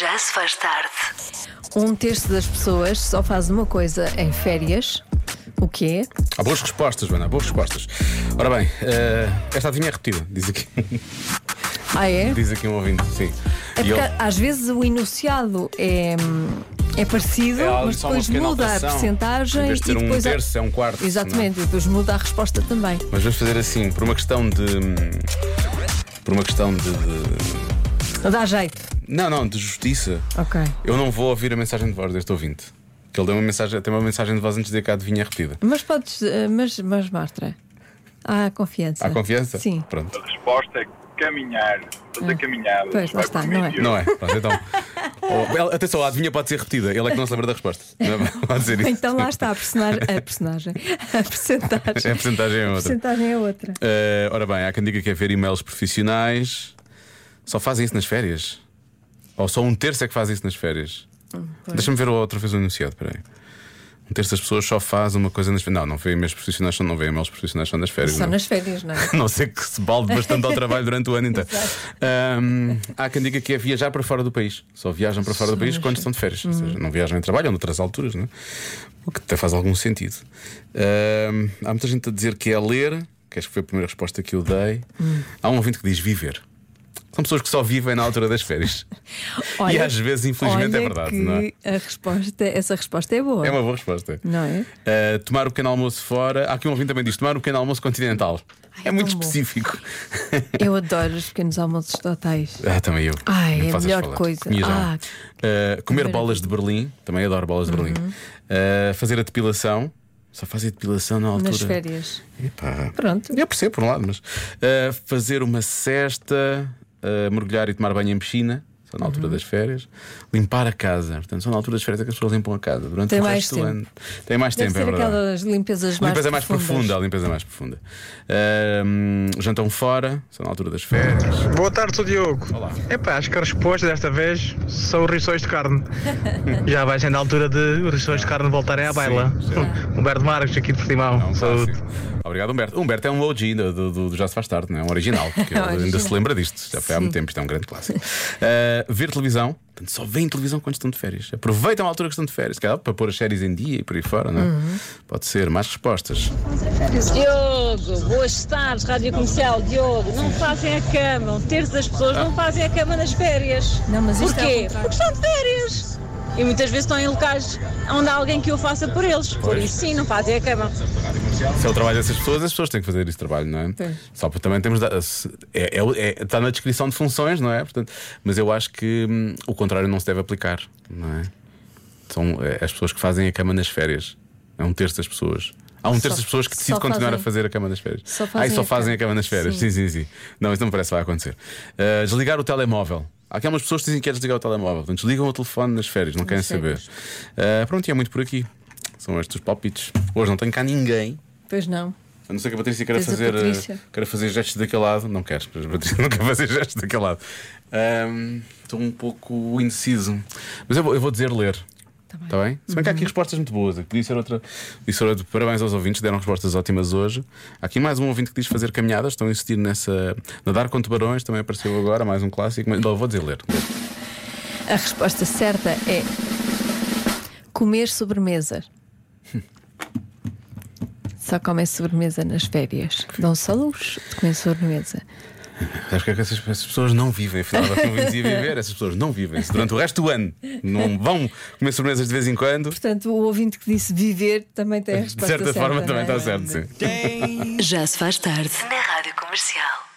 Já se faz tarde. Um terço das pessoas só faz uma coisa em férias. O que é? Há boas respostas, Joana, há boas respostas. Ora bem, eh, esta adivinha é repetida, diz aqui, Ah, é? diz aqui um ouvinte, sim. É E porque ele- às vezes o enunciado é, hum, é parecido, é algo- mas só uma depois pequena muda alteração. a percentagem Em e vez de ser um depois. há- terço, é um quarto. não é? Exatamente, e depois muda a resposta também. Mas vamos fazer assim, por uma questão de. hum, Por uma questão de. de- Dá jeito. Não, não, de justiça. Ok. Eu não vou ouvir a mensagem de voz deste ouvinte. Que ele deu uma mensagem, tem uma mensagem de voz antes de dizer que a adivinha é repetida. Mas podes. eh, Mas, mas mostra. Há confiança. Há confiança? Sim. Pronto. A resposta é caminhar, fazer caminhadas. Ah. Pois, lá vai está, por não é? meio. Não é? Pronto, então. Oh, ela- atenção, a adivinha pode ser repetida. Ele é que não se lembra da resposta. Não é? Pode dizer isso. Então lá está a personagem. A personagem. A percentagem. A percentagem é A outra. percentagem é outra. Eh, ora bem, há quem diga que é ver e-mails profissionais. Só fazem isso nas férias? Ou só um terço é que fazem isso nas férias? Ah, pois. Deixa-me ver outra vez o enunciado, peraí. Um terço das pessoas só faz uma coisa nas férias. Não, não vê e-mails profissionais, só não vê e-mails profissionais, só nas férias. Só não. nas férias, não é? A não ser que se balde bastante ao trabalho durante o ano inteiro. Ahm, há quem diga que é viajar para fora do país. Só viajam para fora do país quando estão de férias. Ou seja, não viajam em trabalho ou noutras alturas, não é? O que até faz algum sentido. Ahm, há muita gente a dizer que é ler, que acho que foi a primeira resposta que eu dei. Há um ouvinte que diz viver. São pessoas que só vivem na altura das férias. e às vezes, infelizmente, é olha verdade, que não é? A resposta, essa resposta é boa. É uma boa resposta. Não é? Uh, tomar o pequeno almoço fora. Há aqui um ouvinte também diz: tomar o pequeno almoço continental. Ai, é muito tão bom. específico. Eu adoro os pequenos almoços de hotéis. Ah, também eu. Ai, Nem é a faças melhor falar. coisa. Comia já. Ah. Uh, comer bolas de Berlim, também adoro bolas de Uhum. Berlim. Uh, fazer a depilação, só fazem depilação na altura. Nas férias. Epá. Pronto. Eu percebo por um lado, mas uh, fazer uma cesta, uh, mergulhar e tomar banho em piscina. Só na Uhum. altura das férias, limpar a casa. Portanto, só na altura das férias é que as pessoas limpam a casa durante Tem o mais resto tempo. do ano. Tem mais Deve tempo, é ser verdade. aquelas limpezas mais Limpeza é mais profundas. profunda, a limpeza mais profunda. Ahm, jantam fora, são na altura das férias. Boa tarde, sou Diogo. Olá. Epá, acho que a resposta desta vez são rissóis de carne. Já vai sendo a altura de rissóis de carne voltarem à baila. já. Humberto Marques, aqui de Portimão. É um Saúde. clássico. Obrigado, Humberto. Humberto é um OG do, do- do- do Já Se Faz Tarde, não é? Um original, porque É um ele ainda original. se lembra disto. Já foi há muito Sim. tempo, isto é um grande clássico. Ah, ver televisão, portanto, só veem televisão quando estão de férias. Aproveitam a altura que estão de férias, se calhar, para pôr as séries em dia e por aí fora, não é? Uhum. Pode ser, mais respostas. Diogo, boas tardes, Rádio Comercial. Diogo, não fazem a cama. Um terço das pessoas não fazem a cama nas férias. Não, mas isto é ao Porquê? contrário. Porque estão de férias. E muitas vezes estão em locais onde há alguém que o faça por eles. Por isso sim, não fazem a cama. Se é o trabalho dessas pessoas, as pessoas têm que fazer esse trabalho, não é? Tem. Só porque também temos. da- se- É, é- é- está na descrição de funções, não é? Portanto, mas eu acho que hum, o contrário não se deve aplicar, não é? São é, as pessoas que fazem a cama nas férias. É um terço das pessoas. Há um Só- terço das pessoas que só decidem continuar fazem- a fazer a cama nas férias. só Ai, fazem só a fazem a cama. cama nas férias. Sim. Sim, sim, sim. Não, isso não me parece que vai acontecer. Ah, desligar o telemóvel. Há aquelas pessoas que dizem que é desligar o telemóvel. Portanto, desligam o telefone nas férias, não querem saber. férias. Ah, pronto, e é muito por aqui. São estes os palpites. Hoje não tenho cá ninguém. Pois não. A não ser que a Patrícia queira Tens a fazer, eh, Patrícia. queira fazer gestos daquele lado. Não queres, mas a Patrícia não quer fazer gestos daquele lado. Ahm, Estou um pouco indeciso. Mas eu vou, eu vou dizer ler. Tá Está bem? Se bem que há Uhum. aqui respostas muito boas. Podia ser outra. Podia ser outra. Parabéns aos ouvintes, deram respostas ótimas hoje. Há aqui mais um ouvinte que diz fazer caminhadas. Estão a insistir nessa. Nadar com tubarões também apareceu agora, mais um clássico. Mas não, vou dizer ler. A resposta certa é comer sobremesa. Só comem sobremesa nas férias. Dão-se a luz de comer sobremesa. Sabes o que é que essas, essas pessoas não vivem? Afinal, elas não dizia viver, essas pessoas não vivem. Se Durante o resto do ano não vão comer sobremesas de vez em quando. Portanto, o ouvinte que disse viver também tem a De resposta certa certa, é? forma também não está é? certo, sim. Já se faz tarde. Na Rádio Comercial.